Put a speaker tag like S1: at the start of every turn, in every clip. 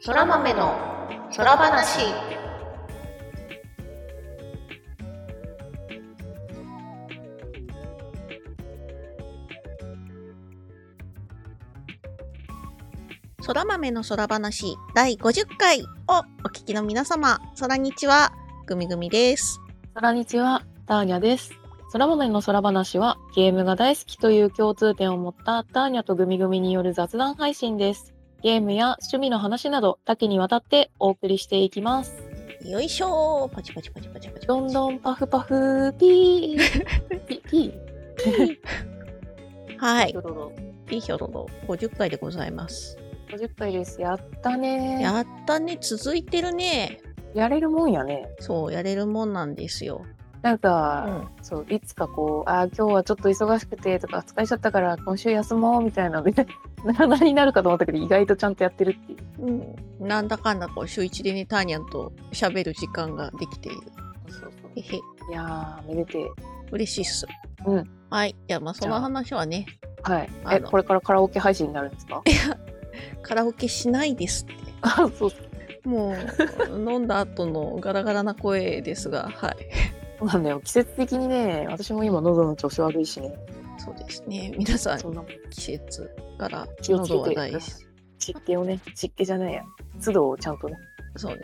S1: そら豆のそら話。そら豆のそら話第50回をお聞きの皆様、そらにちは、ぐみぐみです。
S2: 空にちは、ターニャです。空豆の空話は、ゲームが大好きという共通点を持ったターニャとグミグミによる雑談配信です。ゲームや趣味の話など、多岐にわたってお送りしていきます。
S1: よいしょーパチパチパチパチパチパチ。
S2: どんどんパフパフピー。ピ ピ
S1: は
S2: ー。
S1: い
S2: ど。うぞどうぞ
S1: ピーヒョロの50回でございます。
S2: 50回です。やったねや
S1: やったね、続いてるね。
S2: れるもんやね。
S1: そう、やれるもんなんですよ。
S2: なん
S1: う
S2: か、
S1: ん。
S2: そう、いつかこう、あー今日はちょっと忙しくてとか、疲れちゃったから今週休もうみたいなので、な なになるかと思ったけど、意外とちゃんとやってるっていう。
S1: うん、なんだかんだこう週一でねターニャンと喋る時間ができている。
S2: そうそう
S1: へへ、
S2: いやー、めでてえ。
S1: 嬉しいっす。
S2: うん。
S1: はい。いやまあその話はね、
S2: はい。
S1: あ
S2: え、
S1: の
S2: これからカラオケ配信になるんですか
S1: カラオケしないですって。
S2: あ、 そうそ
S1: もう飲んだ後のガラガラな声ですが、はい。
S2: うなんだよ。季節的にね、私も今喉の調子悪いしね。
S1: そうですね。皆さん
S2: そんなもん
S1: 季節から
S2: 気をつ
S1: 喉は
S2: け
S1: 大
S2: て
S1: 事。。
S2: 湿気をね、湿気じゃないや。湿度をちゃんとね。
S1: そうね。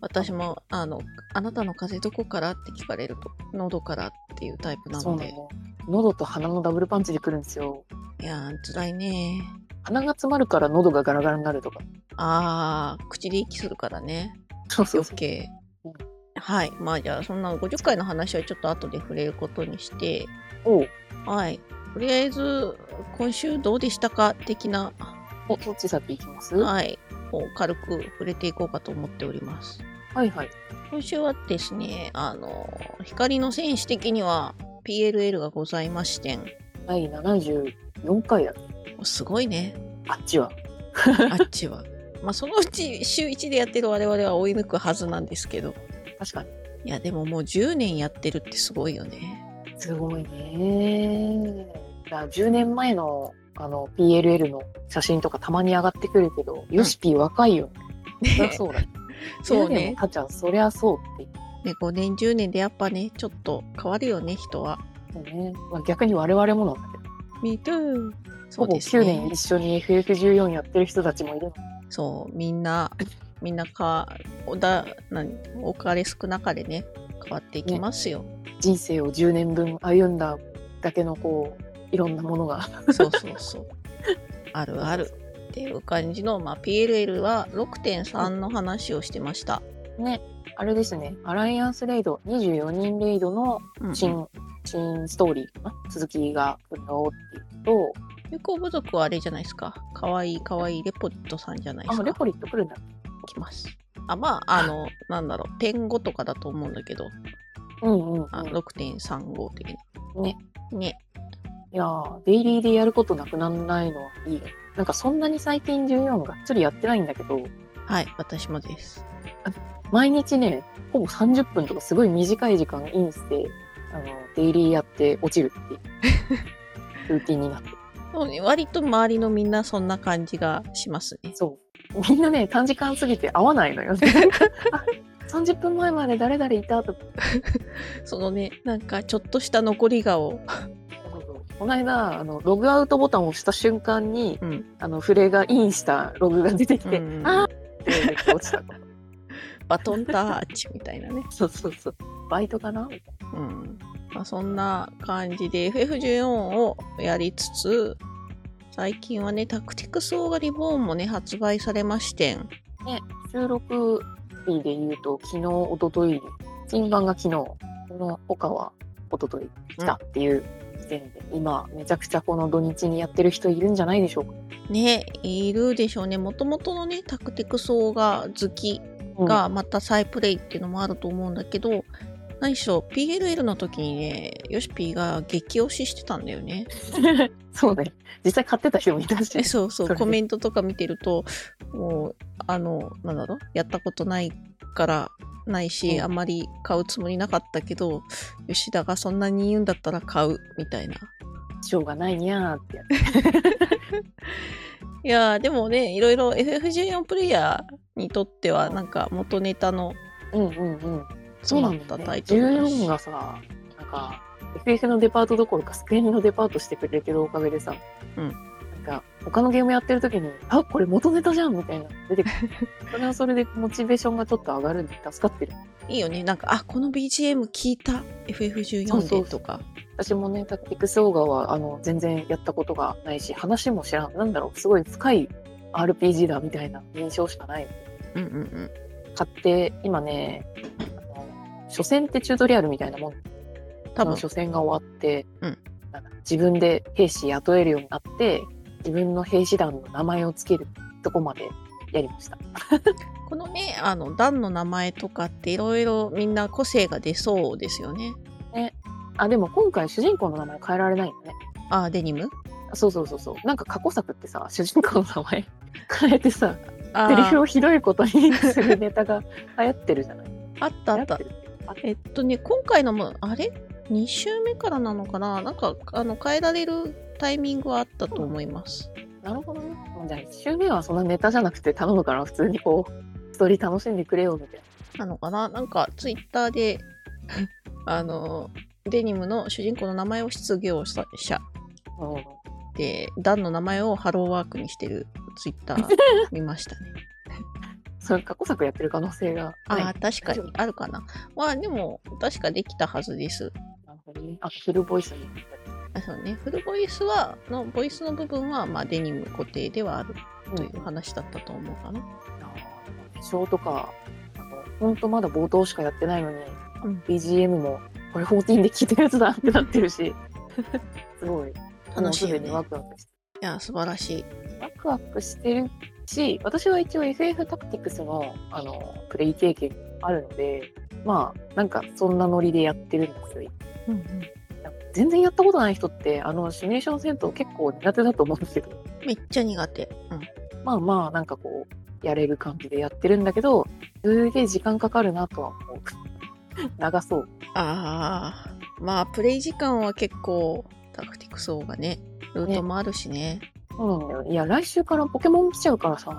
S1: 私もあのあなたの風邪どこからって聞かれると喉からっていうタイプな
S2: そう
S1: の
S2: な
S1: で、
S2: の。喉と鼻のダブルパンチで来るんですよ。
S1: いやー辛いね。
S2: 鼻が詰まるから喉がガラガラになるとか。
S1: あー口で息するからね。
S2: そうそう
S1: 余
S2: そう。
S1: 計
S2: うん
S1: はいまあじゃあそんな50回の話はちょっと後で触れることにして
S2: おう
S1: はいとりあえず今週どうでしたか的な、
S2: お、どっち先行きますは
S1: はい、を軽く触れていこうかと思っております
S2: いはい。
S1: 今週はですねあの光の戦士的には PLL がございましてん
S2: 第74回だ。
S1: すごい ね
S2: あっちは。
S1: あっちはまあそのうち週1でやってる我々は追い抜くはずなんですけど
S2: 確かに。
S1: いやでももう10年やってるってすごいよね
S2: すごいね。だから10年前のあの PLL の写真とかたまに上がってくるけど、ヨシピー若いよ。そりゃ そうだ。
S1: そう
S2: 10年
S1: ね
S2: もたっちゃん、そりゃそうって
S1: ね、5年10年でやっぱねちょっと変わるよね人は。
S2: 言ってね。まあ、逆に我々もなんだけど、
S1: Me too そ
S2: ほ
S1: う
S2: ぼ
S1: です
S2: 9年
S1: ね
S2: 一緒に FF14 やってる人たちもいるの。
S1: そうみんなみんなかおだ何おかれ少なかれね変わっていきますよ、
S2: 人生を10年分歩んだだけのこう、いろんなものが。
S1: そうそうそうあるあるっていう感じの、まあ、PLL は6.3の話をしてました、
S2: ね、あれですね。アライアンスレイド、24人レイドの
S1: うん、
S2: 新、新ストーリーかな続きが来るよっていうと、
S1: 有効部族はあれじゃないですかかわいいかわいいレポリットさんじゃないです
S2: あ、レ
S1: か
S2: ポリット来るんだ。
S1: 来ますあまああのなんだろう点5とかだと思うんだけど
S2: うんうん、うん。
S1: あ6.35的な
S2: ね
S1: ね
S2: いやー、デイリーでやることなくなんないのはいいよ。なんかそんなに最近14がっつりやってないんだけど、
S1: はい私もです
S2: 毎日ね、ほぼ30分とかすごい短い時間インして、あの、デイリーやって落ち るっていう、ルーティンになってる。
S1: そうね割と周りのみんなそんな感じがしますね
S2: そう。みんなね、短時間過ぎて合わないの よね。なんかあ30分前まで誰々いたとか。
S1: そのねなんかちょっとした残り顔
S2: この間、あの、ログアウトボタンを押した瞬間に、
S1: うん
S2: あの、フレがインしたログが出てきて、
S1: うん
S2: あーって言って落ちた。
S1: バトンタッチみたいなね
S2: そうそうそう。バイトかな
S1: うん、まあ、そんな感じで FF14 をやりつつ最近はねタクティクスオーガリボーンもね発売されましてん
S2: ね、収録日で言うと、昨日、一昨日新版が昨日、この他は一昨日来たっていう時点で、今、めちゃくちゃこの土日にやってる人いるんじゃないでしょうか。
S1: ねいるでしょうねもともとのねタクティクスオーガ好き
S2: うん、
S1: がまた再プレイっていうのもあると思うんだけど何しろ PLL の時にねヨシピーが激推ししてたんだよね
S2: そうね。実際買ってた人もいたし
S1: え。そうそう
S2: それで
S1: コメントとか見てるともうあのなんだろうやったことないからないし、
S2: うん
S1: あんまり買うつもりなかったけど吉田がそんなに言うんだったら買うみたいな
S2: しょうがないにゃーってやつ。
S1: いやーでもねいろいろ FF14 プレイヤーにとってはなんか元ネタの
S2: うんうんうん。そ
S1: 詰
S2: うな
S1: まっ
S2: んだ、
S1: た
S2: ね。
S1: タイトルだし
S2: 14がさ、なんか、FF のデパートどころか、スクエニのデパートしてくれてるおかげでさ、
S1: うん
S2: なんか、他のゲームやってる時に、あ、これ元ネタじゃんみたいな、出てくる。それはそれでモチベーションがちょっと上がるんで、助かってる。
S1: いいよねなんかあこの BGM 聞いた FF14 でとか
S2: 私もね、タクティクスオーガは、あの、全然やったことがないし、話も知らん。なんだろう、すごい深い RPG だみたいな印象しかない。
S1: うんうんうん
S2: 買って、今ね、あの初戦ってチュートリアルみたいなもん
S1: 多分
S2: 初戦が終わって、
S1: うん
S2: なんか自分で兵士雇えるようになって自分の兵士団の名前をつけるとこまでやりました
S1: このねあの段の名前とかっていろいろみんな個性が出そうですよね
S2: あでも今回主人公の名前変えられないのね
S1: あーデニム
S2: そうそうそうそうなんか過去作ってさ主人公の名 前変えてさ
S1: あ
S2: セリフ
S1: ー
S2: をひどいことにするネタが流行ってるじゃない
S1: あったあった
S2: 流行ってるあ
S1: えっとね今回のもあれ2週目からなのかななんかあの変えられるタイミングはあったと思います、
S2: なるほどねもうじゃあ1周目はそんなネタじゃなくて頼むから普通にこうストーリー楽しんでくれよみたい
S1: な
S2: な
S1: のかななんかツイッターで あのデニムの主人公の名前を失業者
S2: うん
S1: でダンの名前をハローワークにしてるツイッター見ましたね
S2: それ過去作やってる可能性がない
S1: ああ確か
S2: 大丈
S1: にあるかなまあでも確かできたはずです
S2: なるほどね。あ、フルボイスに。
S1: あそうねフルボイスはのボイスの部分は、まあ、デニム固定ではあるという話だったと思うかな
S2: ショーとか、あの、ほんとまだ冒頭しかやってないのに、
S1: うん
S2: BGM も、これ14で聞いたやつだってなって るし、すごい、もう
S1: 楽し
S2: す
S1: いよ
S2: で
S1: ね
S2: にワクワクして、
S1: いや素晴らしい
S2: ワクワクしてるし、私は一応 FF タクティクスの、あの、プレイ経験あるので、まあ、なんかそんなノリでやってるんですよ、
S1: うんうん
S2: なんか全然やったことない人って、あの、シミュレーション戦闘結構苦手だと思うんですけど、
S1: めっちゃ苦手。
S2: まあまあなんかこうやれる感じでやってるんだけどすげえ時間かかるなとは思う長そう
S1: ああ、まあプレイ時間は結構タクティクスオーがね、ルートもあるしね。
S2: そうなんだよいや来週からポケモン来ちゃうからさ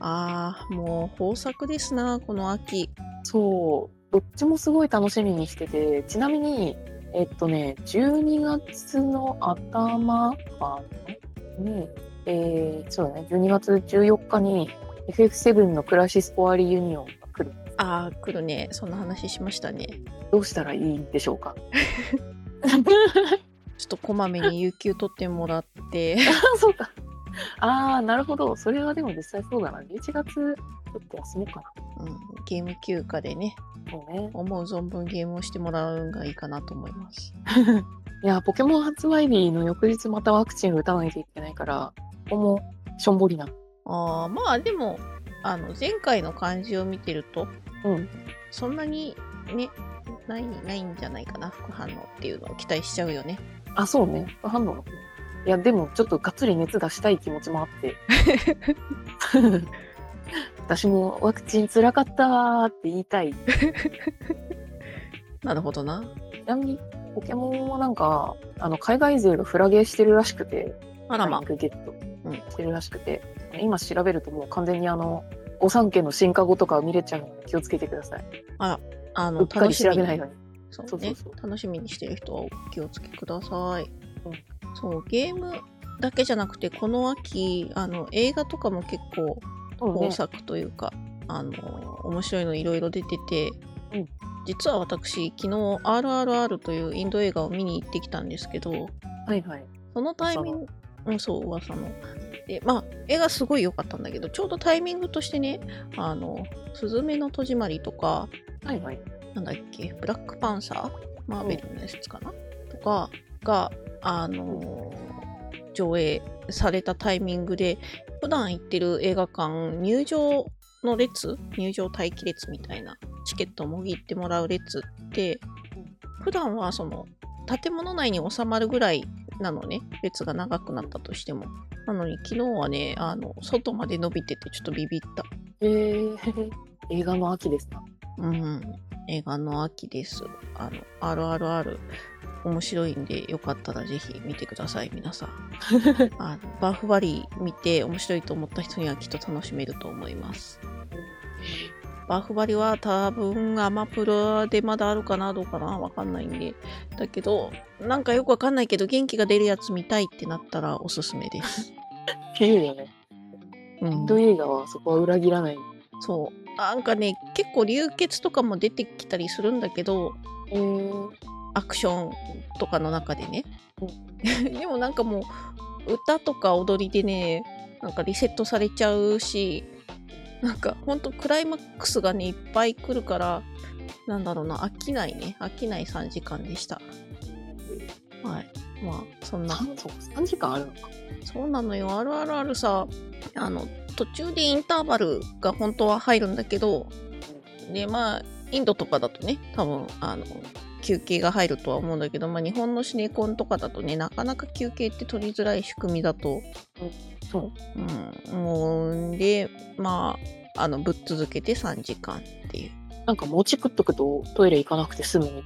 S1: ああ、もう豊作ですな、この秋。
S2: そうどっちもすごい楽しみにしててちなみにえっとね12月の頭かなにえー、そうだね12月14日に FF7 のクラシスポアリユニオンが来る
S1: ああ、来るね。そんな話しましたね。
S2: どうしたらいいんでしょうか
S1: ちょっとこまめに有給取ってもら って。
S2: あそうか。ああ、なるほど。それはでも実際そうだな。11月、ちょっと休もうか
S1: うん、ゲーム休暇でね、
S2: な。そうね。
S1: 思う存分ゲームをしてもらうのがいいかなと思います。
S2: いや、ポケモン発売日の翌日またワクチン打たないといけないから、ここもしょんぼりな。
S1: ああ、まあでも、あの、前回の感じを見てると、
S2: うん。
S1: そんなにね、ない、ないんじゃないかな、副反応っていうのを期待しちゃうよね。
S2: あ、そうね。反応の。いや、でもちょっとがっつり熱出したい気持ちもあって。私もワクチンつらかったーって言いたい。ち
S1: なるほどな。
S2: なみに、ポケモンはなんか、あの、海外勢がフラゲーしてるらしくて、
S1: あら
S2: ラ
S1: ま
S2: ン。クゲット
S1: うん
S2: してるらしくて、今調べるともう完全にあの御三家の進化後とか見れちゃうので気をつけてください。
S1: あの、
S2: うっか
S1: 楽
S2: り
S1: し
S2: 調
S1: み
S2: べない
S1: に
S2: よ。うに。
S1: そうね
S2: そうそう。
S1: 楽しみにしてる人はお気をつけください。
S2: う
S1: そう、ゲームだけじゃなくて、この秋、あの、映画とかも結構、
S2: そうね
S1: 豊作というか、あの、面白いのいろいろ出てて、
S2: うん
S1: 実は私、昨日、RRR というインド映画を見に行ってきたんですけど、
S2: はいはい。
S1: そのタイミング、うん、そう、噂の。で、まあ、絵がすごい良かったんだけど、ちょうどタイミングとしてね、あの、すずめの戸締まりとか、
S2: はいはい。
S1: なんだっけ、ブラックパンサーマーベルのやつかな、とかが、あのー上映されたタイミングで、普段行ってる映画館、入場の列、入場待機列みたいな、チケットをもぎってもらう列って、普段はその、建物内に収まるぐらいなのね、列が長くなったとしても。なのに昨日はね、あの、外まで伸びててちょっとビビった。
S2: えー、映画の秋ですな。
S1: うん、映画の秋です。あの、あるあるある。面白いんで、よかったらぜひ見てください、皆さん。 あのバーフバリー見て面白いと思った人にはきっと楽しめると思います。バフバリは多分アマプラでまだあるかなどうかなわかんないんで。だけど、なんかよくわかんないけど元気が出るやつ見たいってなったらおすすめです。
S2: っていうよね。
S1: うん
S2: ド映画はそこは裏切らない。
S1: そう。なんかね、結構流血とかも出てきたりするんだけど、
S2: えー、
S1: アクションとかの中でね。 でもなんかもう歌とか踊りでねなんかリセットされちゃうしなんかほんとクライマックスがねいっぱい来るからなんだろうな飽きないね飽きない3時間でした。はいまあそんな
S2: 3, そう3時間あるのか。
S1: そうなのよあるあるあるさあの途中でインターバルが本当は入るんだけどでまあインドとかだとね多分あの休憩が入るとは思うんだけど、まあ、日本のシネコンとかだとねなかなか休憩って取りづらい仕組みだと
S2: そう。
S1: うん思うんでまああのぶっ続けて3時間っていう。
S2: なんか餅食っとくとトイレ行かなくて済むみたい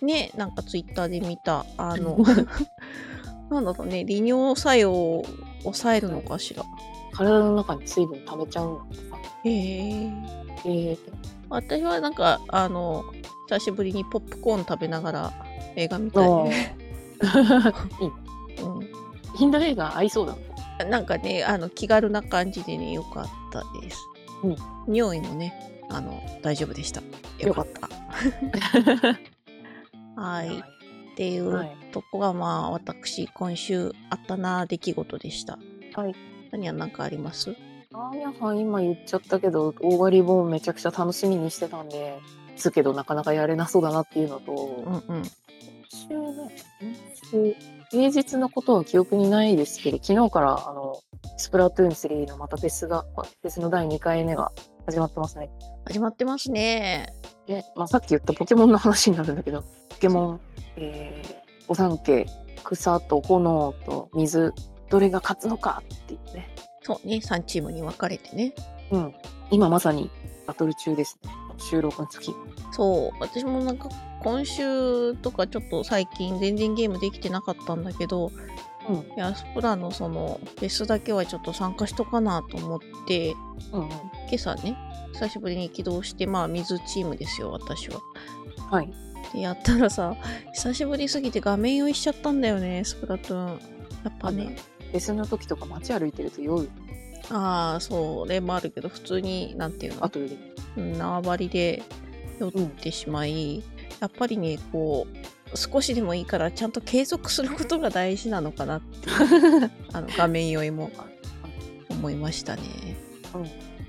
S2: な。
S1: ねなんかツイッターで見たあの
S2: うん
S1: なんだろうね利尿作用を抑えるのかしら。
S2: 体の中に水分溜めちゃうんだってさ。
S1: へえ
S2: えー、
S1: 私はなんかあの久しぶりにポップコーン食べながら映画見たい、
S2: ああ。
S1: う
S2: インド映画合いそうだね。
S1: ん、なんかねあの気軽な感じでねよかったです、匂いもねあの大丈夫でしたよかった はいっていう、
S2: はい
S1: とこがまあ私今週あったな出来事でした
S2: はい
S1: 何は何かあります
S2: あーやはん今言っちゃったけど大狩りボーンめちゃくちゃ楽しみにしてたんでつけどなかなかやれなそうだなっていうのと、
S1: うんうん
S2: 週ね週平日のことは記憶にないですけど昨日からあのスプラトゥーン3のまたフェスがフェスの第2回目が始まってますね
S1: 始まってますね
S2: で、まあ、さっき言ったポケモンの話になるんだけどポケモン、えー、お三家草と炎と水どれが勝つのかっていうね
S1: そうね3チームに分かれてね
S2: うん、今まさにバトル中ですね収録の時
S1: そう私もなんか今週とかちょっと最近全然ゲームできてなかったんだけど、
S2: うん
S1: いやスプラのそのフェスだけはちょっと参加しとかなと思って
S2: うんうん
S1: 今朝ね久しぶりに起動してまあ水チームですよ私は
S2: はい
S1: でやったらさ久しぶりすぎて画面酔いしちゃったんだよねスプラトゥーンやっぱね
S2: フェスの時とか街歩いてると酔う
S1: ああーそれもあるけど普通になんていうの
S2: あとより
S1: うん縄張りで酔ってしまい、やっぱりねこう少しでもいいからちゃんと継続することが大事なのかなっていうあの画面酔いも思いましたね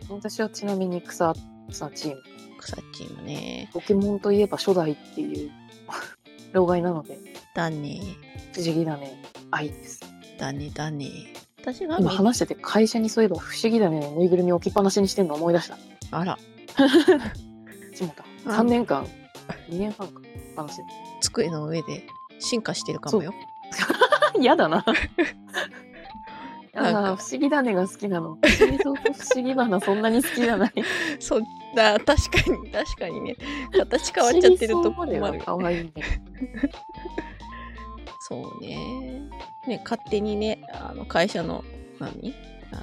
S2: 私はちなみに草草チーム
S1: 草チームね
S2: ポケモンといえば初代っていう 老害なので
S1: だね
S2: 不思議だね愛です
S1: だねだね私が
S2: 今
S1: み
S2: 話してて会社にそういえば不思議だねのぬいぐるみ置きっぱなしにしてるの思い出した
S1: あら
S2: しまった
S1: うん
S2: 3年間2年半か置きっぱなし
S1: 机の上で進化してるかもよ
S2: 嫌だな
S1: なんか
S2: ああ不思議だねが好きなの不思議そうと不思議だなそんなに好きじゃない
S1: そんな確かに確かにね形 変わっちゃってると困
S2: 不思
S1: る
S2: 議そうまでは可愛いね。
S1: そうね。ね、勝手にね、あの会社の、何あ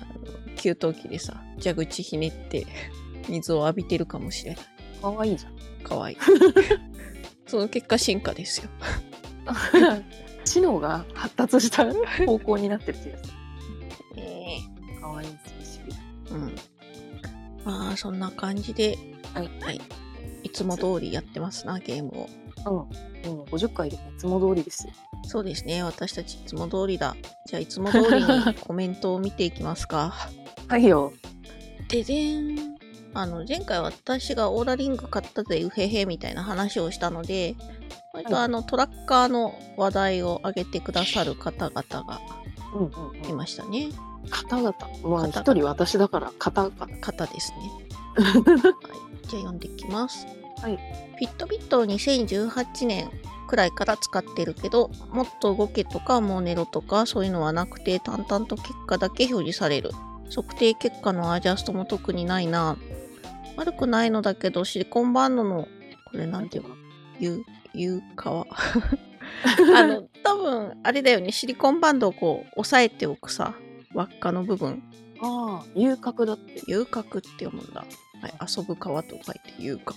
S1: の給湯器でさ、蛇口ひねって、 水を浴びてるかもしれない。
S2: 可愛 いじゃん。
S1: か わいい。その結果、進化ですよ。
S2: 知能が発 達した方向になってる気がする。可愛いです不
S1: う
S2: 思議
S1: ん。まあ、そんな感じで、
S2: はい、
S1: はい。いつも通りやってますな、ゲームを。
S2: うん、もう50回でもいつも通りですよ。
S1: そうですね、私たちいつも通りだ。じゃあ、いつも通りにコメントを見ていきますか。
S2: はいよ。
S1: ででんあの前回私がオーラリング買ったぜうへへみたいな話をしたので割と
S2: はい
S1: あのトラッカーの話題を上げてくださる方々が
S2: うんうん、
S1: い
S2: 今
S1: ましたね
S2: 方々、ま
S1: 方
S2: あ
S1: 々
S2: 一人私だから方々。
S1: 方です ね、はい、じゃあ読んでいきます、
S2: はい、
S1: フィットビットを2018年くらいから使ってるけどもっと動けとかモネロとかそういうのはなくて淡々と結果だけ表示される測定結果のアジャストも特にないな悪くないのだけどシリコンバンドのこれなんていうのゆうゆうか わあ の多分あれだよねシリコンバンドをこう押さえておくさ輪っかの部分
S2: ああ、遊郭だって。
S1: 遊郭って読むんだはい、遊ぶ川と書いて遊郭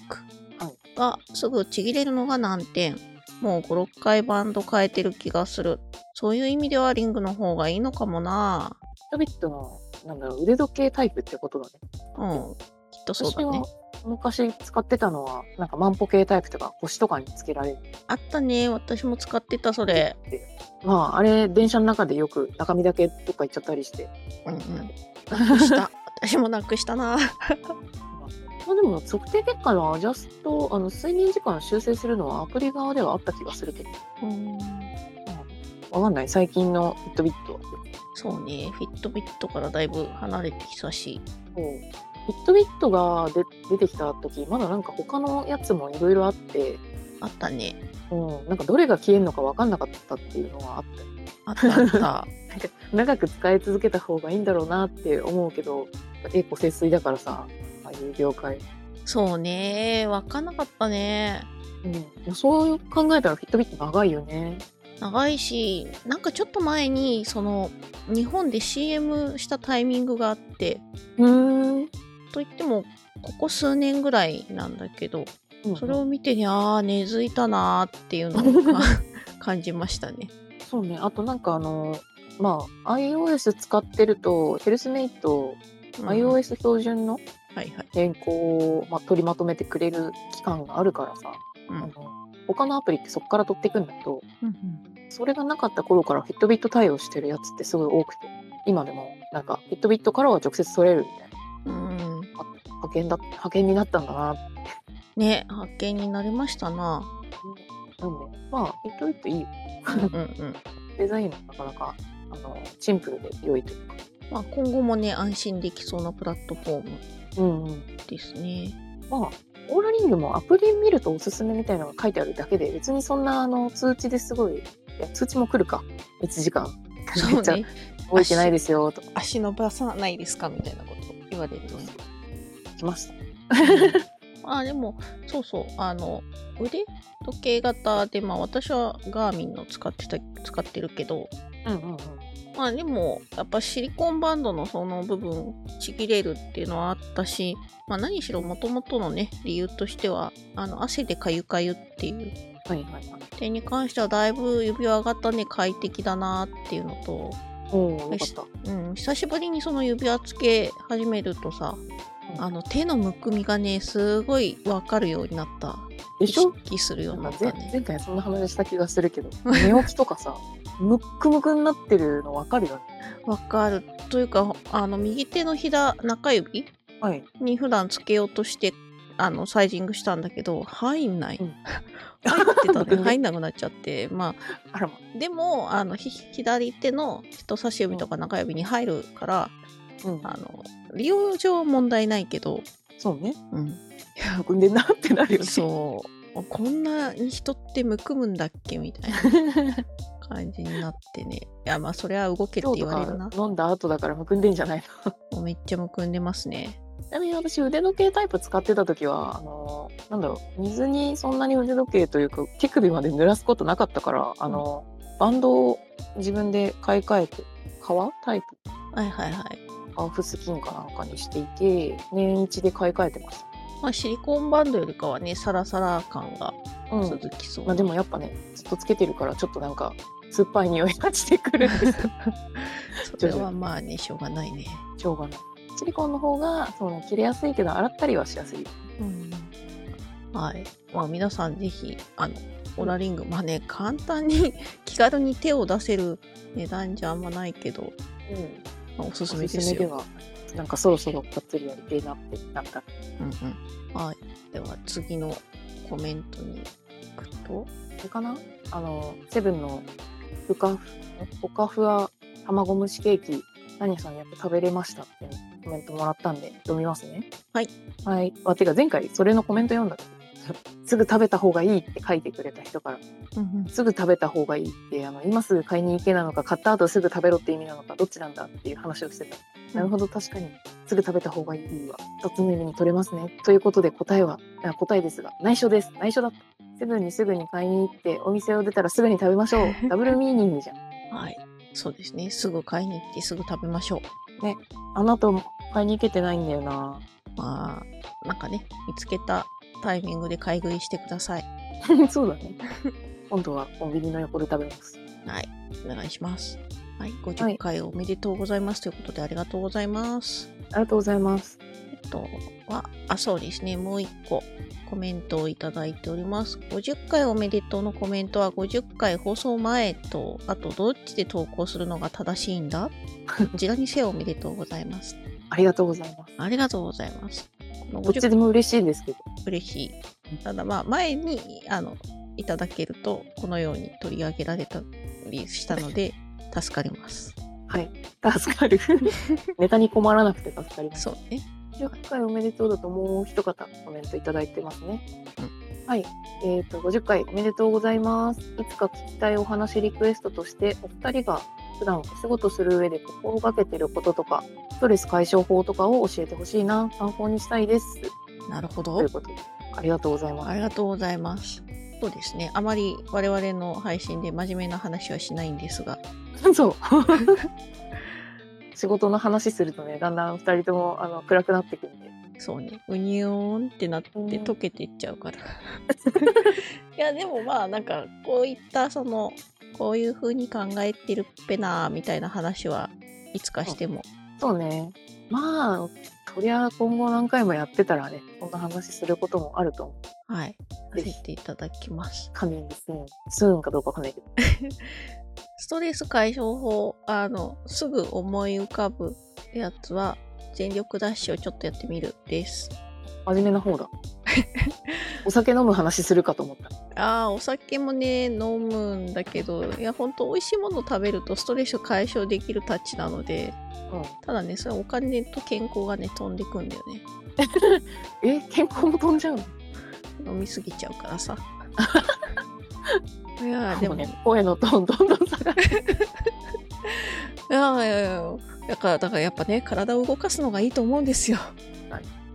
S2: はい
S1: がすぐちぎれるのが難点もう56回バンド変えてる気がするそういう意味ではリングの方がいいのかもな
S2: ラビットの、なんだろう、腕時計タイプってことだね。
S1: うんきっとそう
S2: 私
S1: だね
S2: は昔使ってたのは、なんか万歩計タイプとか腰とかにつけられる。
S1: あったね私も使ってたそれ、
S2: まあ、あれ、電車の中でよく中身だけどっか行っちゃったりして。
S1: うんうん、なくした 私もなくしたな
S2: まあ、でも測定結果のアジャストあの睡眠時間を修正するのはアプリ側ではあった気がするけどわかんない最近のフィットビットは
S1: そうねフィットビットからだいぶ離れてきたし
S2: フィットビットがで出てきた時まだなんか他のやつもいろいろあって、
S1: あったね
S2: うん、なんかどれが消えるのかわかんなかったっていうのはあったよ
S1: あったあった
S2: なんか長く使い続けた方がいいんだろうなって思うけど栄枯盛衰だからさああいう業界、
S1: そうねわかんなかったね
S2: うん、そう考えたらフィットビット長いよね
S1: 長いしなんかちょっと前にその日本で CM したタイミングがあって
S2: うん
S1: といってもここ数年ぐらいなんだけどそれ
S2: を
S1: を見てねあー根付いたなーっていうのを か感じましたね
S2: そうね、あとなんかあの、まあ、iOS 使ってると、ヘルスメイト、
S1: うんはい
S2: iOS 標準の
S1: はい
S2: 変更を、まあ、取りまとめてくれる期間があるからさ、
S1: うん
S2: あの他のアプリってそこから取っていくんだけど、
S1: うん
S2: それがなかった頃から Fitbit 対応してるやつってすごい多くて、今でもなんか Fitbit からは直接取れるみたいな、
S1: うんうん
S2: 派遣だ、派遣になったんだなって。
S1: ね発見になりましたな
S2: なんで、まあ、Fitbit いいよ。
S1: うんうんうん
S2: デザインもなかなか、あの、シンプルで良いというか。
S1: まあ今後もね安心できそうなプラットフォーム
S2: うんうん。
S1: です ね
S2: まあ、オーラリングもアプリ見るとおすすめみたいなのが書いてあるだけで、別にそんなあの通知ですごい、いや通知も来るか、1時間。
S1: そう ね
S2: 動いてないですよとか
S1: 足伸ばさないですかみたいなこと言われるとね
S2: 来ました。
S1: あでもそうそうあの腕時計型でまあ私はガーミンの使ってた使ってるけど
S2: うんうんうん。
S1: まあでもやっぱシリコンバンドのその部分ちぎれるっていうのはあったし、まあ、何しろもともとのね理由としてはあの汗でかゆかゆっていう
S2: はいはいはい。
S1: 点に関してはだいぶ指輪型ね快適だなっていうのと、
S2: おお、よかった。
S1: うん、久しぶりにその指輪つけ始めるとさあの手のむくみがねすごいわかるようになった。
S2: で
S1: 意
S2: しょ
S1: 識するように
S2: な
S1: なんっ
S2: か
S1: た
S2: 前
S1: ね。
S2: 前回そんな話した気がするけど、寝起きとかさ、ムックムクになってるの分かるよね。
S1: わかる。というか、あの、右手のひだ中指
S2: はい。
S1: に普段つけようとして、あの、サイジングしたんだけど、入んない。
S2: うん
S1: 入ってた
S2: 僕
S1: ね。
S2: ね
S1: 入んなくなっちゃって。ま
S2: あらま。
S1: あ、でも、あの、ひ左手の人差し指とか中指に入るから、
S2: うん。
S1: あの、利用上は問題ないけど、
S2: そうね。
S1: うん。
S2: いや、むくんでんなってなるよね。
S1: そう。 こんなに人ってむくむんだっけみたいな感じになってね。いや、まあ、それは動けるっ
S2: 今
S1: て
S2: 日
S1: 言
S2: と
S1: われるな
S2: か。飲んだ後だからむくんでんじゃない
S1: もうめっちゃむくんでますね。
S2: ちなみに私腕時計タイプ使ってた時はあのなんだろう水にそんなに腕時計というか手首まで濡らすことなかったからあの、バンドを自分で買い替えて革タイプ
S1: はいはいはい。
S2: ハーフスキンかなんかにしていて年一で買い替えてまし
S1: まあ、シリコンバンドよりかはね、サラサラ感が
S2: た、うん
S1: 続きそう。
S2: まあ、でもやっぱねずっとつけてるからちょっとなんか酸っぱい匂いがしてくるんです よ
S1: それはまあね、しょうがないね。
S2: しょうがないシリコンの方がその切れやすいけど洗ったりはしやすい
S1: うん。はい。まあ、皆さんぜひ、あの、オラリング、まあね、簡単に 気軽に手を出せる値段じゃあんまないけど、
S2: うん
S1: まあおすすめ
S2: おす
S1: ですす
S2: めで
S1: よ。
S2: はなんかそろそろがっつりやりてえなってなんか
S1: うんうん。はい。では、次のコメントに行くと、
S2: あれかなあのセブンのふかふほかふわ卵蒸しケーキ何さんやって食べれましたっていうコメントもらったんで読みますね
S1: はい
S2: はいあてか前回それのコメント読んだすぐ食べた方がいいって書いてくれた人からすぐ食べた方がいいってあの今すぐ買いに行けなのか買った後すぐ食べろって意味なのかどっちなんだっていう話をしてた、なるほど確かにすぐ食べた方がいいは2つの意味に取れますねということで答えはあ答えですが内緒です内緒だったセブンにすぐに買いに行ってお店を出たらすぐに 食べましょうダブルミーニングじゃん
S1: はい。そうですね。すぐ買いに行ってすぐ食べましょう。
S2: あの後買いに行けてないんだよな
S1: まあなんかね見つけたタイミングで買い食いしてください
S2: そうだね。今度はコンビニの横で食べます。
S1: はいお願いしますはい50回おめでとうございます、ということでありがとうございます
S2: ありがとうございます。
S1: あとはあそうですねもう一個コメントをいただいております50回おめでとうのコメントは50回放送前とあとどっちで投稿するのが正しいんだどちらにせよおめでとうございます
S2: ありがとうございます。
S1: ありがとうございます。この
S2: どっち
S1: 50
S2: でも嬉しいんですけど。
S1: 嬉しい。ただまあ前にあのいただけるとこのように取り上げられたりしたので助かります。
S2: はい。助か る。ネタに困らなくて助かります。
S1: そうね。
S2: 50回おめでとうだともう一方コメントいただいてますね。はい。えっ、と、50回おめでとうございます。いつか聞きたいお話リクエストとして、お二人が普段お仕事する上で心がけてることとか、ストレス解消法とかを教えてほしいな、参考にしたいです。
S1: なるほ
S2: と
S1: ど
S2: いう。ことで、ありがとうございます
S1: あ。りがとうございます。そうですね。あまり我々の配信で真面目な話はしないんですが、
S2: そう。仕事の話するとね、だんだん二人ともあの暗くなってくるんで。
S1: そうね。うにゅーんってなって
S2: うん
S1: 溶けていっちゃう から。いやでもまあなんかこういったそのこういう風に考えてるっぺなーみたいな話はいつかしても
S2: そうね。まあ、とりゃ今後何回もやってたらね、こんな話することもあると思う。
S1: はい、さ
S2: ぜひ
S1: せていただきます。
S2: カミングスーン。スーンかどうかわかんないけど。
S1: ストレス解消法、あの、すぐ思い浮かぶやつは、全力ダッシュをちょっとやってみるです。
S2: 真面目 な方だ。お酒飲む話するかと思った。
S1: ああ、お酒もね、飲むんだけど、いや、ほんと美味しいもの食べるとストレス解消できるたちなので、
S2: う
S1: ただね、それお金と健康がね、飛んでくんだよね。
S2: ん。え、健康も飛んじゃうの
S1: 飲みすぎちゃうからさ。 いやー、
S2: で
S1: で
S2: も
S1: も
S2: ね、声のトーンどんどん下がる。
S1: いやーいやいや、だから、だからやっぱね、体を動かすのがいいと思うんですよ。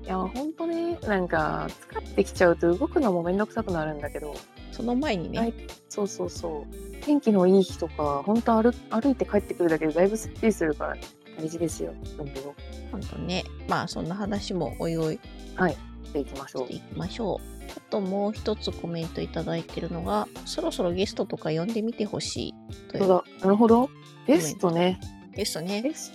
S2: いや、ほんとね、なんか、疲れてきちゃうと動くのもめんどくさくなるんだけど、
S1: その前にね、
S2: はいそうそうそう。天気のいい日とか、本当歩歩いて帰ってくるだけでだいぶすっきりするから、大事ですよ。運動を
S1: 本当ね、まあそんな話もおいおい
S2: していきましょ
S1: し
S2: う
S1: て。いきましょう。あともう一つコメントいただいてるのが、そろそろゲストとか呼んでみてほしいとい
S2: そう
S1: う
S2: だ。なるほど。ゲストね。
S1: ゲストね。
S2: ゲス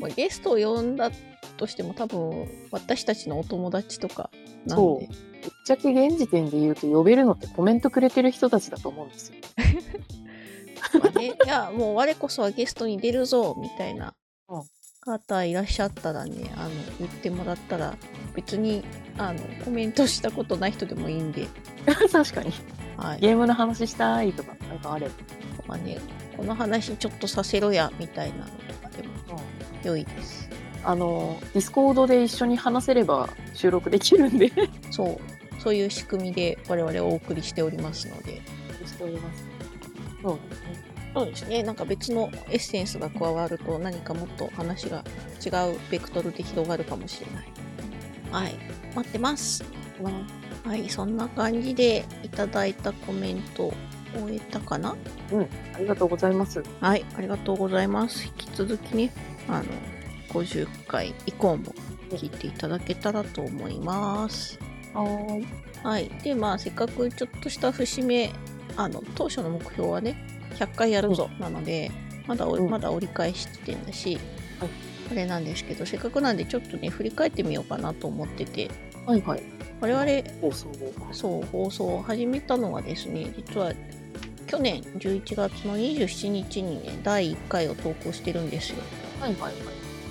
S1: まあ、ゲストを呼んだとしても多分私たちのお友達とかなん
S2: そ
S1: で、
S2: う。ぶっちゃけ現時点で言うと呼べるのってコメントくれてる人たちだと思うんですよ。
S1: まあね、いやもう我こそはゲストに出るぞみたいな
S2: うん
S1: 方いらっしゃったらね、あの言ってもらったら別にあのコメントしたことない人でもいいんで、
S2: 確かに。
S1: はい。
S2: ゲームの話したいとか、なんかあれば。
S1: まあね、この話ちょっとさせろやみたいなのとかでも良いです。
S2: あの、ディスコードで一緒に話せれば収録できるんで。して
S1: そう、そういう仕組みで我々お送りしておりますので。
S2: おります。そうですね。
S1: そうですね。なんか別のエッセンスが加わると何かもっと話が違うベクトルで広がるかもしれない。はい、待ってます。
S2: まあ
S1: はい、そんな感じでいただいたコメント終えたかな
S2: ありがとうございます。
S1: はい、ありがとうございます。引き続きね、あの、50回以降も聞いていただけたらと思います。
S2: はい。
S1: はい。で、まあ、せっかくちょっとした節目、あの、当初の目標はね、100回やるぞ、なので、まだお、
S2: うん
S1: まだ折り返し地点だし、
S2: はい
S1: あれなんですけど、せっかくなんでちょっとね、振り返ってみようかなと思ってて、
S2: はいはい。
S1: 我々、
S2: 放送を。
S1: そう放送を始めたのはですね実は去年11月の27日にね第1回を投稿してるんですよ
S2: はいはいはい。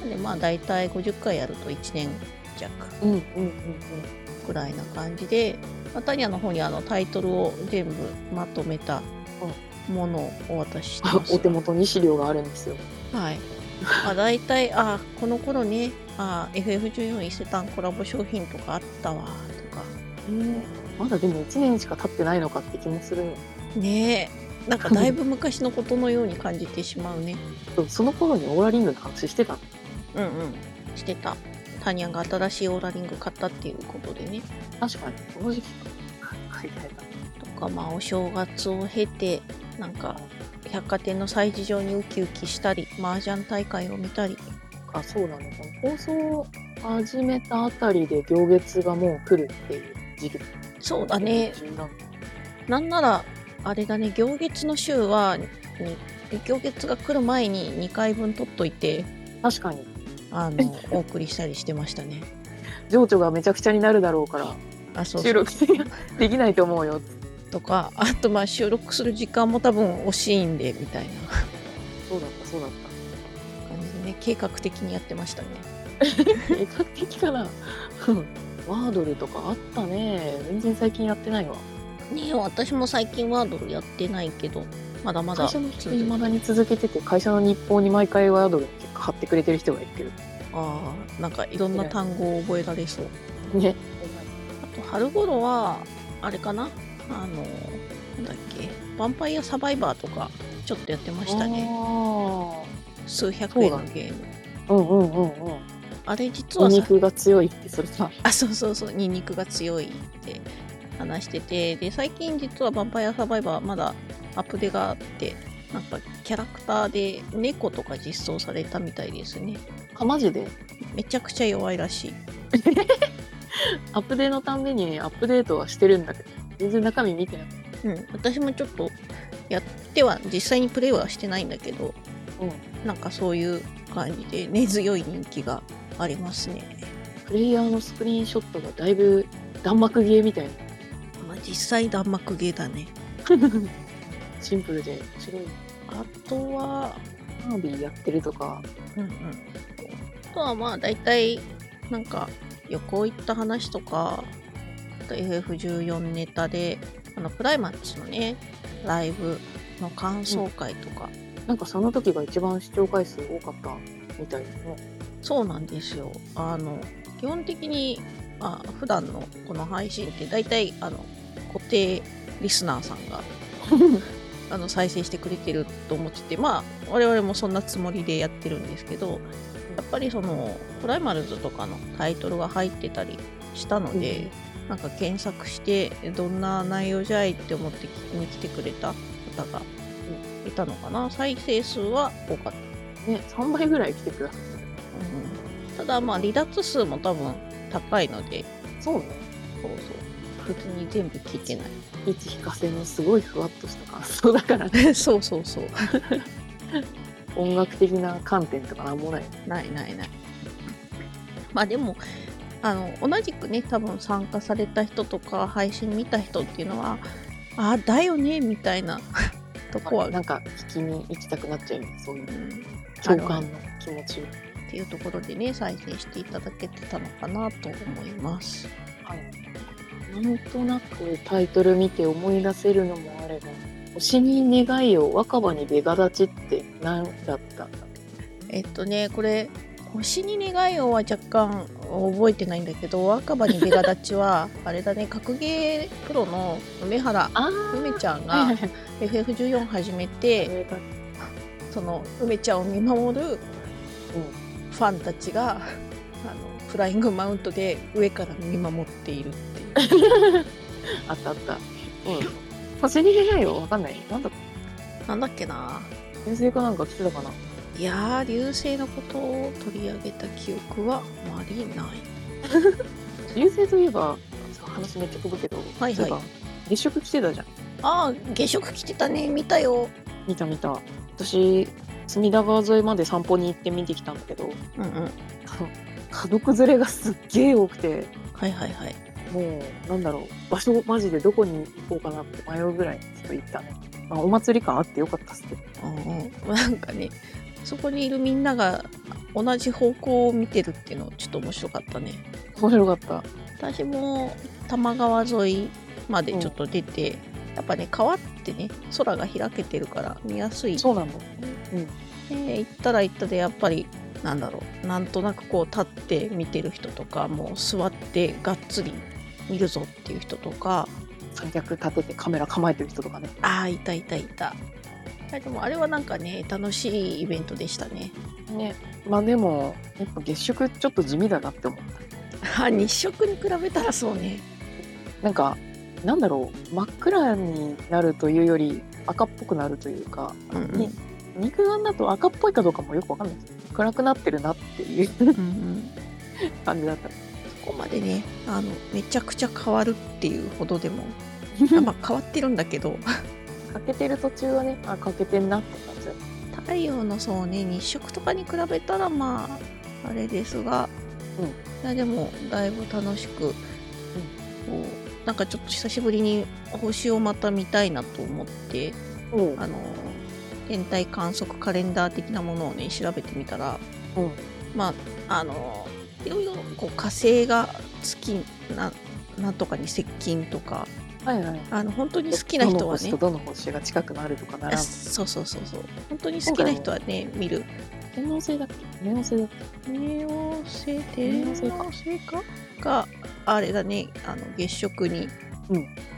S1: なんでまあ大体50回やると1年弱
S2: うんうんうんうん。
S1: くらいな感じで、まあ、タニアの方にあのタイトルを全部まとめたものをお渡しして
S2: あ
S1: ま
S2: お
S1: す
S2: 手元に資料があるんですよ。
S1: はい、まあ、大体あこの頃ねあ FF14 伊勢丹コラボ商品とかあったわとか
S2: まだでも1年しか経ってないのかって気もするよ
S1: ねえなんかだいぶ昔のことのように感じてしまうね
S2: でもその頃にオーラリングの話してたの
S1: うんうんしてたタニアが新しいオーラリング買ったっていうことでね
S2: 確かにこの時期書いてあった
S1: とかまあお正月を経てなんか百貨店の催事場にウキウキしたり麻雀大会を見たり
S2: かそうなのかな放送始めたあたりで行月がもう来るっていう時期
S1: そうだねなんならあれだね行月の週はに行月が来る前に2回分取っといて
S2: 確かに
S1: あ のお送りしたりしてましたね
S2: 情緒がめちゃくちゃになるだろうから
S1: あそうそう
S2: 収録できないと思うよ
S1: とかあとまあ収録する時間も多分惜しいんでみたいな
S2: そうだったそうだった
S1: 感じでね計画的にやってましたね
S2: 計画的 かなワードルとかあったね全然最近やってないわ
S1: ねえ私も最近ワードルやってないけどまだまだ
S2: 会社の人いまだに続けてて会社の日報に毎回ワードルの結果貼ってくれてる人がいるけ
S1: ああなんかいろんな単語を覚えられそう
S2: どね
S1: あと春頃はあれかなあのなんだっけヴァンパイアサバイバーとかちょっとやってましたね
S2: あ
S1: 数百円の
S2: そうだ
S1: ゲーム
S2: ーうんうんうんうん
S1: あれ実
S2: お
S1: はさ
S2: 肉が強いってそれさ
S1: あそうそうそうニンニクが強いって話しててで最近実は「ヴァンパイアサバイバー」まだアップデがあってなんかキャラクターで猫とか実装されたみたいですね
S2: あマジで
S1: めちゃくちゃ弱いらしい
S2: アップデートのたんびにアップデートはしてるんだけど全然中身見てなくて
S1: うん、私もちょっとやっては実際にプレイはしてないんだけど
S2: うん
S1: なんかそういう感じで根強い人気がありますね、
S2: プレイヤーのスクリーンショットがだいぶ弾幕ゲーみたいな
S1: まあ、実際弾幕ゲーだね
S2: シンプルで面白い
S1: あとは
S2: ハービーやってるとか
S1: うんうんあとはまあ大体なんか旅行行った話とかあと FF14 ネタであのクライマックスのねライブの感想会とか、
S2: なんかその時が一番視聴回数多かったみたいですね。
S1: そうなんですよ。あの基本的にあ普段のこの配信って大体あの固定リスナーさんがあの再生してくれてると思っててまあ我々もそんなつもりでやってるんですけどやっぱりそのプライマルズとかのタイトルが入ってたりしたので、なんか検索してどんな内容じゃいって思って聞きに来てくれた方がいたのかな再生数は多かった。
S2: ね、3倍ぐらい来てください。
S1: ただまあ離脱数も多分高いので
S2: そうね。
S1: そうそう別に全部聞いてない
S2: 一引かせのすごいふわっとした感想だから、ね、
S1: そうそうそう
S2: 音楽的な観点とかなんもない。
S1: ないないないまあでもあの同じくね多分参加された人とか配信見た人っていうのはああだよねみたいな とこは、
S2: なんか聞きに行きたくなっちゃうよねそういう
S1: うん、
S2: 共感の気持ちを。
S1: っていうところでね再生していただけてたのかなと思います
S2: はい、なんとなくタイトル見て思い出せるのもあれば「推しに願いを若葉にべが立ち」って何だったんだ
S1: えっとねこれ「星に願いを」は若干覚えてないんだけど若葉にベガ立ち はあれだね格ゲープロの梅原
S2: あ
S1: 梅ちゃん
S2: はいは
S1: が
S2: いはい
S1: FF14 始めて
S2: 映画
S1: その梅ちゃんを見守るファンたちがあのフライングマウントで上から見守っているっていう
S2: あったあった。うん。星に願いをわかんない。なんだ
S1: なんだっけな
S2: 先生かなんか来てたかな。
S1: いやー流星のことを取り上げた記憶はあまりない
S2: 流星といえば、さ話めっちゃ飛ぶけど、
S1: はいはい
S2: そうば月食来てたじゃん。
S1: ああ月食来てたね見たよ
S2: 見た見た。私、隅田川沿いまで散歩に行って見てきたんだけど、
S1: うんうん
S2: あの家族連れがすっげえ多くて、
S1: はいはいはい
S2: もう、なんだろう、場所マジでどこに行こうかなって迷うぐらいちょっと行ったね。まあ、お祭り感あってよかったっすけど。
S1: うんうん、なんかねそこにいるみんなが同じ方向を見てるっていうのちょっと面白かったね
S2: 面白かった。
S1: 私も多摩川沿いまでちょっと出て、やっぱね川ってね空が開けてるから見やすい
S2: そうなんだ。
S1: で行ったら行ったでやっぱりなんだろうなんとなくこう立って見てる人とかもう座ってがっつり見るぞっていう人とか
S2: 三脚立ててカメラ構えてる人とかね。
S1: ああいたいたいたいやでもあれはなんかね楽しいイベントでしたね
S2: ね、まあでもやっぱ月食ちょっと地味だなって思った
S1: あ日食に比べたらそうね
S2: なんかなんだろう真っ暗になるというより赤っぽくなるというか
S1: うんうん
S2: ね肉眼だと赤っぽいかどうかもよくわかんないです暗くなってるなっていう
S1: うん
S2: 感じだった。
S1: そこまでねあのめちゃくちゃ変わるっていうほどで もあまあ変わってるんだけど
S2: 欠けてる途中はね、あ、欠けてんなって感じだった。
S1: 太陽のそうね日食とかに比べたらまああれですが、
S2: うん
S1: いやでもだいぶ楽しく、こうなんかちょっと久しぶりに星をまた見たいなと思って
S2: うん
S1: あの天体観測カレンダー的なものをね調べてみたら
S2: うん。
S1: まああのいろいろこう火星が月ななんとかに接近とか
S2: はいはい。
S1: あの本当に好きな人はね
S2: どの星とどの星が近くなるとかならん
S1: そうそうそうそう本当に好きな人はね見る
S2: 天王星だっけ天王星だっけ
S1: 冥王星
S2: 冥
S1: 天
S2: 王
S1: 王
S2: 星
S1: 星
S2: か
S1: かがあれだねあの月食に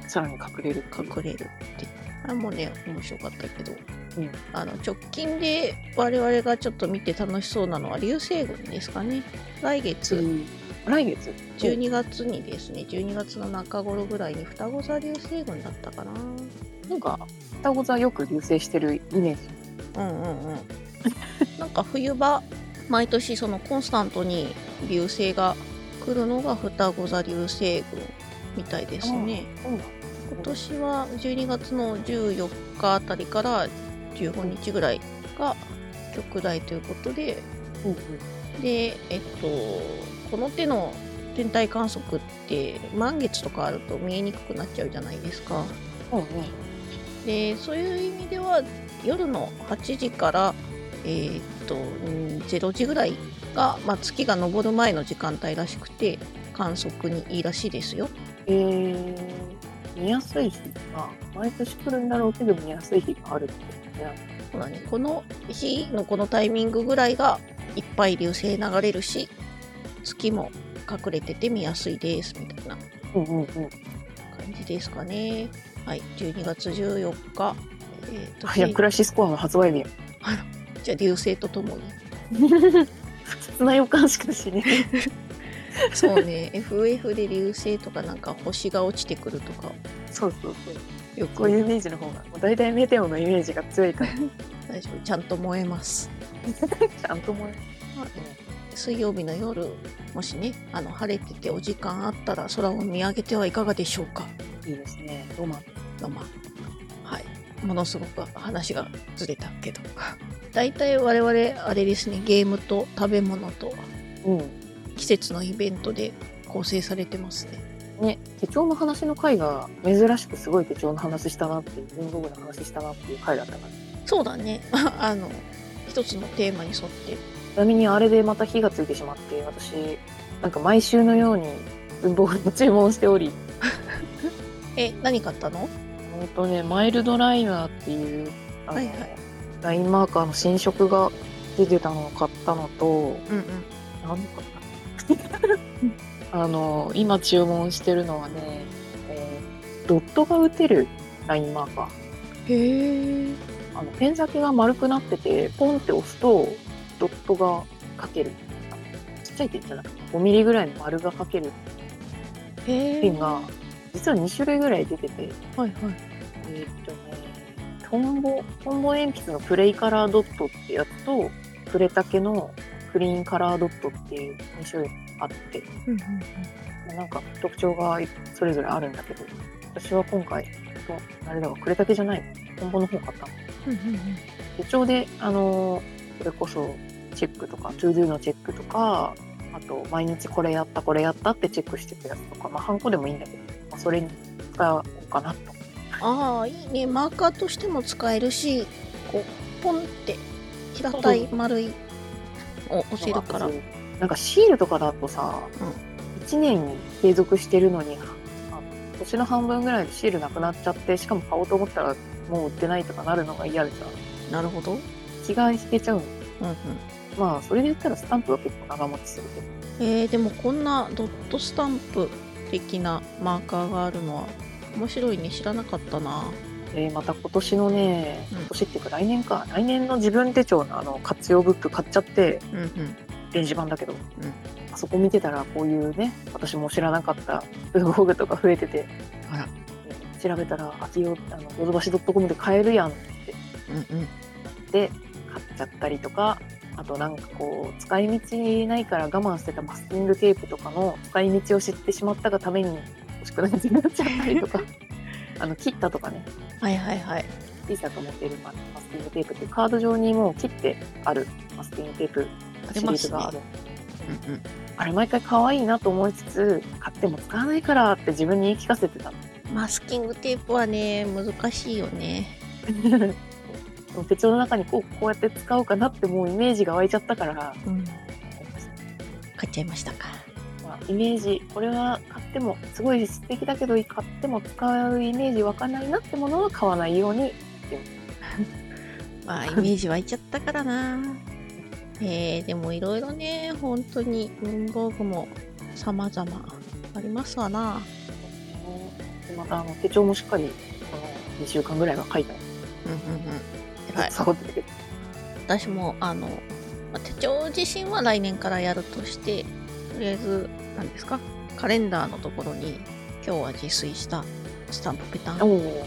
S2: さらに隠れるっていう
S1: 隠れるってあれもね面白かったけど、
S2: うん
S1: あの直近で我々がちょっと見て楽しそうなのは流星群ですかね来月
S2: 来月
S1: 12月にですね12月の中頃ぐらいに双子座流星群だったかな
S2: なんか双子座よく流星してるイメージ
S1: うんうんうんなんか冬場毎年そのコンスタントに流星が来るのが双子座流星群みたいですね
S2: うん
S1: 今年は12月の14日あたりから15日ぐらいが極大ということで
S2: うん
S1: でえっとこの手の天体観測って満月とかあると見えにくくなっちゃうじゃないですか。
S2: そうね
S1: でそういう意味では夜の8時から、えーっとうん0時ぐらいが、まあ、月が昇る前の時間帯らしくて観測にいいらしいですよ。
S2: えー、見やすい日が毎年来るんだろうけど見やすい日があるってことね
S1: ほらね、この日のこのタイミングぐらいがいっぱい流星流れるし月も隠れてて見やすいですみたいな
S2: うんうんうん
S1: 感じですかね。はい、12月14日、えーっと
S2: いやクラシスコアの発売日や
S1: じゃあ流星とともに
S2: 不吉な予感しかしね
S1: そうね FF で流星とかなんか星が落ちてくるとか
S2: そうそうそう
S1: よ
S2: こう
S1: く
S2: いうイメージの方がもう大体メテオのイメージが強いからち
S1: 大丈夫ちゃんと燃えます
S2: ゃんと思う
S1: 水曜日の夜もしねあの晴れててお時間あったら空を見上げてはいかがでしょうか
S2: いいですねロマン
S1: ロマンはいものすごく話がずれたけど 大体我々あれですねゲームと食べ物と
S2: うん
S1: 季節のイベントで構成されてますね
S2: ね、手帳の話の回が珍しくすごい手帳の話したなっていう文房具の話したなっていう回だったからち
S1: そうだね あの一つのテーマに沿って
S2: なみにあれでまた火がついてしまって私なんか毎週のように文房具の注文をしており
S1: え何買ったの
S2: 本当ねマイルドライナーっていうあの、
S1: はいはい
S2: ラインマーカーの新色が出てたのを買ったのと
S1: うんうん
S2: 何かなあの今注文してるのはね、えードットが打てるラインマーカー
S1: へえ
S2: あのペン先が丸くなっててポンって押すとドットが書けるちっちゃいって言ったら5ミリぐらいの丸が書ける
S1: へ
S2: ペンが実は2種類ぐらい出てて
S1: はいはい
S2: えーっとねトンボトンボ鉛筆のプレイカラードットってやつとプレタケのクリーンカラードットっていう2種類あって
S1: うんうんうん
S2: なんか特徴がそれぞれあるんだけど私は今回とあれだわプレタケじゃないトンボの方買ったの
S1: うんうんうん
S2: 手帳で、あのそれこそチェックとか ToDo のチェックとかあと毎日これやったこれやったってチェックしていくやつとかまあハンコでもいいんだけど、まあ、それに使おうかなと
S1: ああいいねマーカーとしても使えるしこうポンって平たい丸いを押せるから
S2: なんかシールとかだとさ、1年継続してるのにあ年の半分ぐらいでシールなくなっちゃってしかも買おうと思ったらもう売ってないとかなるのが嫌でさ
S1: なるほど、うん
S2: 気が引けちゃうの
S1: うん、
S2: まあそれで言ったらスタンプは結構長持ちするけど
S1: えーでもこんなドットスタンプ的なマーカーがあるのは面白いね知らなかったな
S2: えーまた今年のね、
S1: うん
S2: 今年っていうか来年か、来年の自分手帳のあの活用ブック買っちゃって、
S1: うんうん
S2: 電子版だけど、あそこ見てたらこういうね、私も知らなかった文房具とか増えてて、
S1: あら
S2: えー調べたら、秋用、あの、ヨドバシドットコムで買えるやんって
S1: うんうん
S2: で買っちゃったりとか、あとなんかこう使い道ないから我慢してたマスキングテープとかの使い道を知ってしまったがために欲しくなくなっちゃったり とかあの切ったとかね
S1: はいはいはい。
S2: リーサが持っているママスキングテープっていうカード上にもう切ってあるマスキングテープ
S1: あり
S2: シリ
S1: ま
S2: ーズ
S1: すね
S2: がある。
S1: うんうん
S2: あれ毎回可愛いなと思いつつ買っても使わないからって自分に言い聞かせてたの
S1: マスキングテープはね難しいよね
S2: でも手帳の中にこうこうやって使おうかなってもうイメージが湧いちゃったから、
S1: うん買っちゃいましたか
S2: まあ、イメージこれは買ってもすごい素敵だけど買っても使うイメージ湧かないなってものは買わないように
S1: まあイメージ湧いちゃったからなえー、でもいろいろね本当に文房具も様々ありますわな
S2: でまたあの手帳もしっかりあの2週間ぐらいは書いたの
S1: うんうんうんはい
S2: そうだけど
S1: 私もあのまあ手帳自身は来年からやるとしてとりあえず何ですかカレンダーのところに今日は自炊したスタンプペタン
S2: おー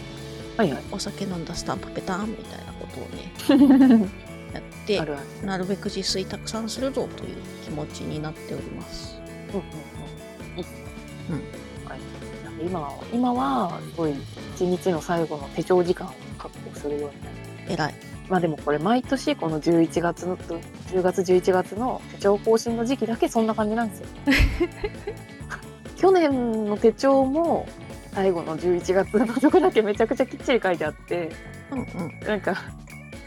S2: はいはい
S1: お酒飲んだスタンプペタンみたいなことをね
S2: あ
S1: やって
S2: るある。
S1: なるべく自炊たくさんするぞという気持ちになっております。
S2: うんうんうん。いい。うん。はい。なんか今は今はすごい一日の最後の手帳時間を確保するようになる。
S1: えらい。
S2: まあでもこれ毎年この11月のと10月11月の手帳更新の時期だけそんな感じなん ですよ。去年の手帳も最後の11月のとこだけめちゃくちゃきっちり書いてあって
S1: うんうん。
S2: なんか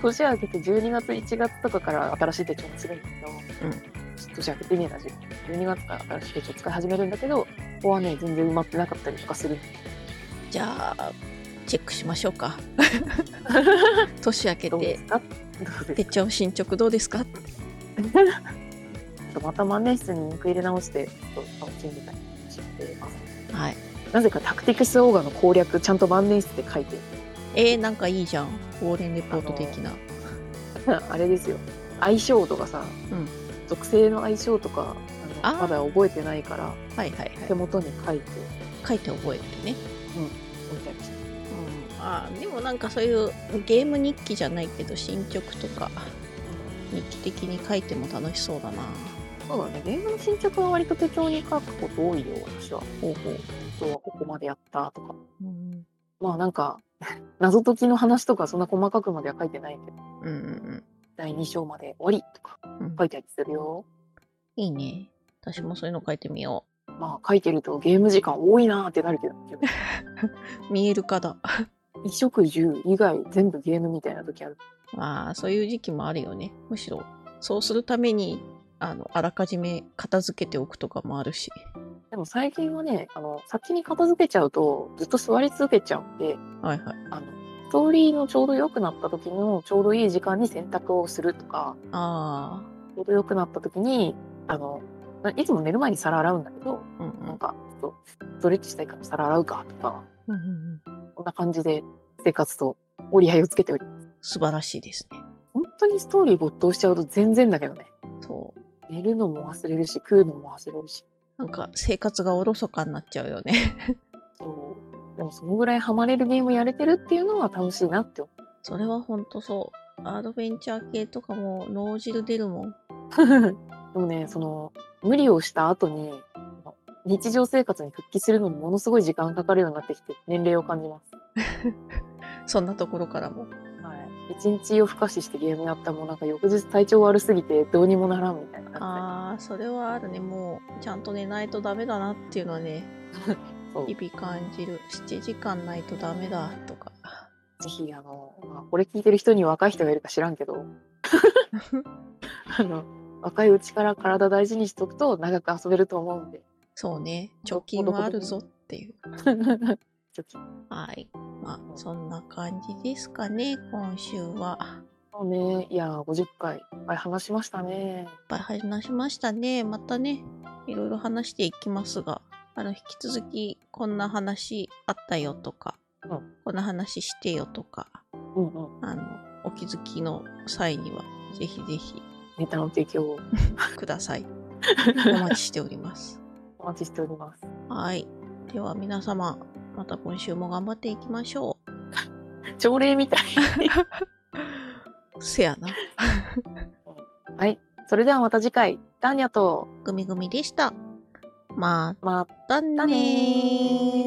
S2: 年明けて12月1月とかから新しい手帳にするんだけど、
S1: うん
S2: 年明けてみえたし12月から新しい手帳使い始めるんだけどここはね全然埋まってなかったりとかする
S1: じゃあ、チェックしましょう か。年明け
S2: どう
S1: て
S2: ですかどう
S1: 手
S2: ですか
S1: 帳進捗どうですか
S2: ちょっとまた万年筆に肉入れ直してちょっと楽しんでたりしてます
S1: はい。
S2: なぜかタクティクスオーガの攻略ちゃんと万年筆で書いて
S1: えー、なんかいいじゃん。往年レポート的な。
S2: る あれですよ相性とかさ、
S1: うん
S2: 属性の相性とかあ
S1: あ
S2: の
S1: ー
S2: まだ覚えてないから
S1: はいはい
S2: 手
S1: は
S2: 元に書いて
S1: い。書いて覚えてね。
S2: おいたりして
S1: うん、あーでもなんかそういうゲーム日記じゃないけど進捗とか日記的に書いても楽しそうだな
S2: そうだね、ゲームの進捗は割と手帳に書くこと多いよ、私は。
S1: ほうほう、
S2: 今日はここまでやったとか。
S1: うん、
S2: まあなんか、 謎解きの話とかそんな細かくまでは書いてないけど、
S1: うんうん
S2: 第2章まで終わりとか
S1: うんうん
S2: 書いたりするよ。
S1: いいね私もそういうの書いてみよう
S2: まあ書いてるとゲーム時間多いなーってなるけど、
S1: 見える化だ。
S2: 衣食住以外全部ゲームみたいな時ある。
S1: まあ、そういう時期もあるよね。むしろ、そうするために、あの、あらかじめ片付けておくとかもあるし。
S2: でも最近はね、あの、先に片付けちゃうとずっと座り続けちゃうんで、
S1: はいはい。
S2: あの、ストーリーのちょうど良くなった時のちょうどいい時間に選択をするとか、
S1: あ
S2: ちょうど良くなった時にあのないつも寝る前に皿洗うんだけど、
S1: あ、うん
S2: なんかちょっとストレッチしたいから皿洗うかとか
S1: うんうん。
S2: こんな感じで生活と折り合いをつけており
S1: 素晴らしいですね。
S2: 本当にストーリー没頭しちゃうと全然だけどね
S1: そう。
S2: 寝るのも忘れるし食うのも忘れるし
S1: なんか、生活がおろそかになっちゃうよね。
S2: そうでもそのぐらいハマれるゲームやれてるっていうのは楽しいなって思
S1: それはほんとそう。アドベンチャー系とかも、脳汁出るもん。
S2: うでもねその無理をした後に日常生活に復帰するのにものすごい時間かかるようになってきて年齢を感じます
S1: そんなところからも。
S2: はい、一日夜更かししてゲームやったらもうなんか翌日体調悪すぎてどうにもならんみたいな感
S1: ああ、それはあるね。もう、ちゃんと寝ないとダメだなっていうのはね、
S2: じそう
S1: 日々感じる。7時間ないとダメだ、とか。
S2: ぜひあの、まあ、これ聞いてる人に若い人がいるか知らんけ どあの若いうちから体大事にしとくと長く遊べると思うん で
S1: そうね、
S2: ほど
S1: 貯金はあるぞっていう。
S2: ちょっと
S1: はい。まあ、そんな感じですかね、今週は。
S2: そうねいやー50回いっぱい話しましたね
S1: いっぱい話しましたね。またね、いろいろ話していきますが、あの、引き続き、こんな話あったよとか、
S2: うん
S1: こんな話してよとか、
S2: うんうん
S1: あの、お気づきの際には、ぜひぜひ
S2: ネタの提供を
S1: くだ さい。お
S2: お
S1: 待ちしております。
S2: 待ちしております
S1: はい。では皆様、また今週も頑張っていきましょ
S2: 朝礼みたい
S1: う。せやな。
S2: はい。それではまた次回、ダーニャと、
S1: グミグミでした。ま
S2: ま
S1: たね
S2: たね
S1: ー。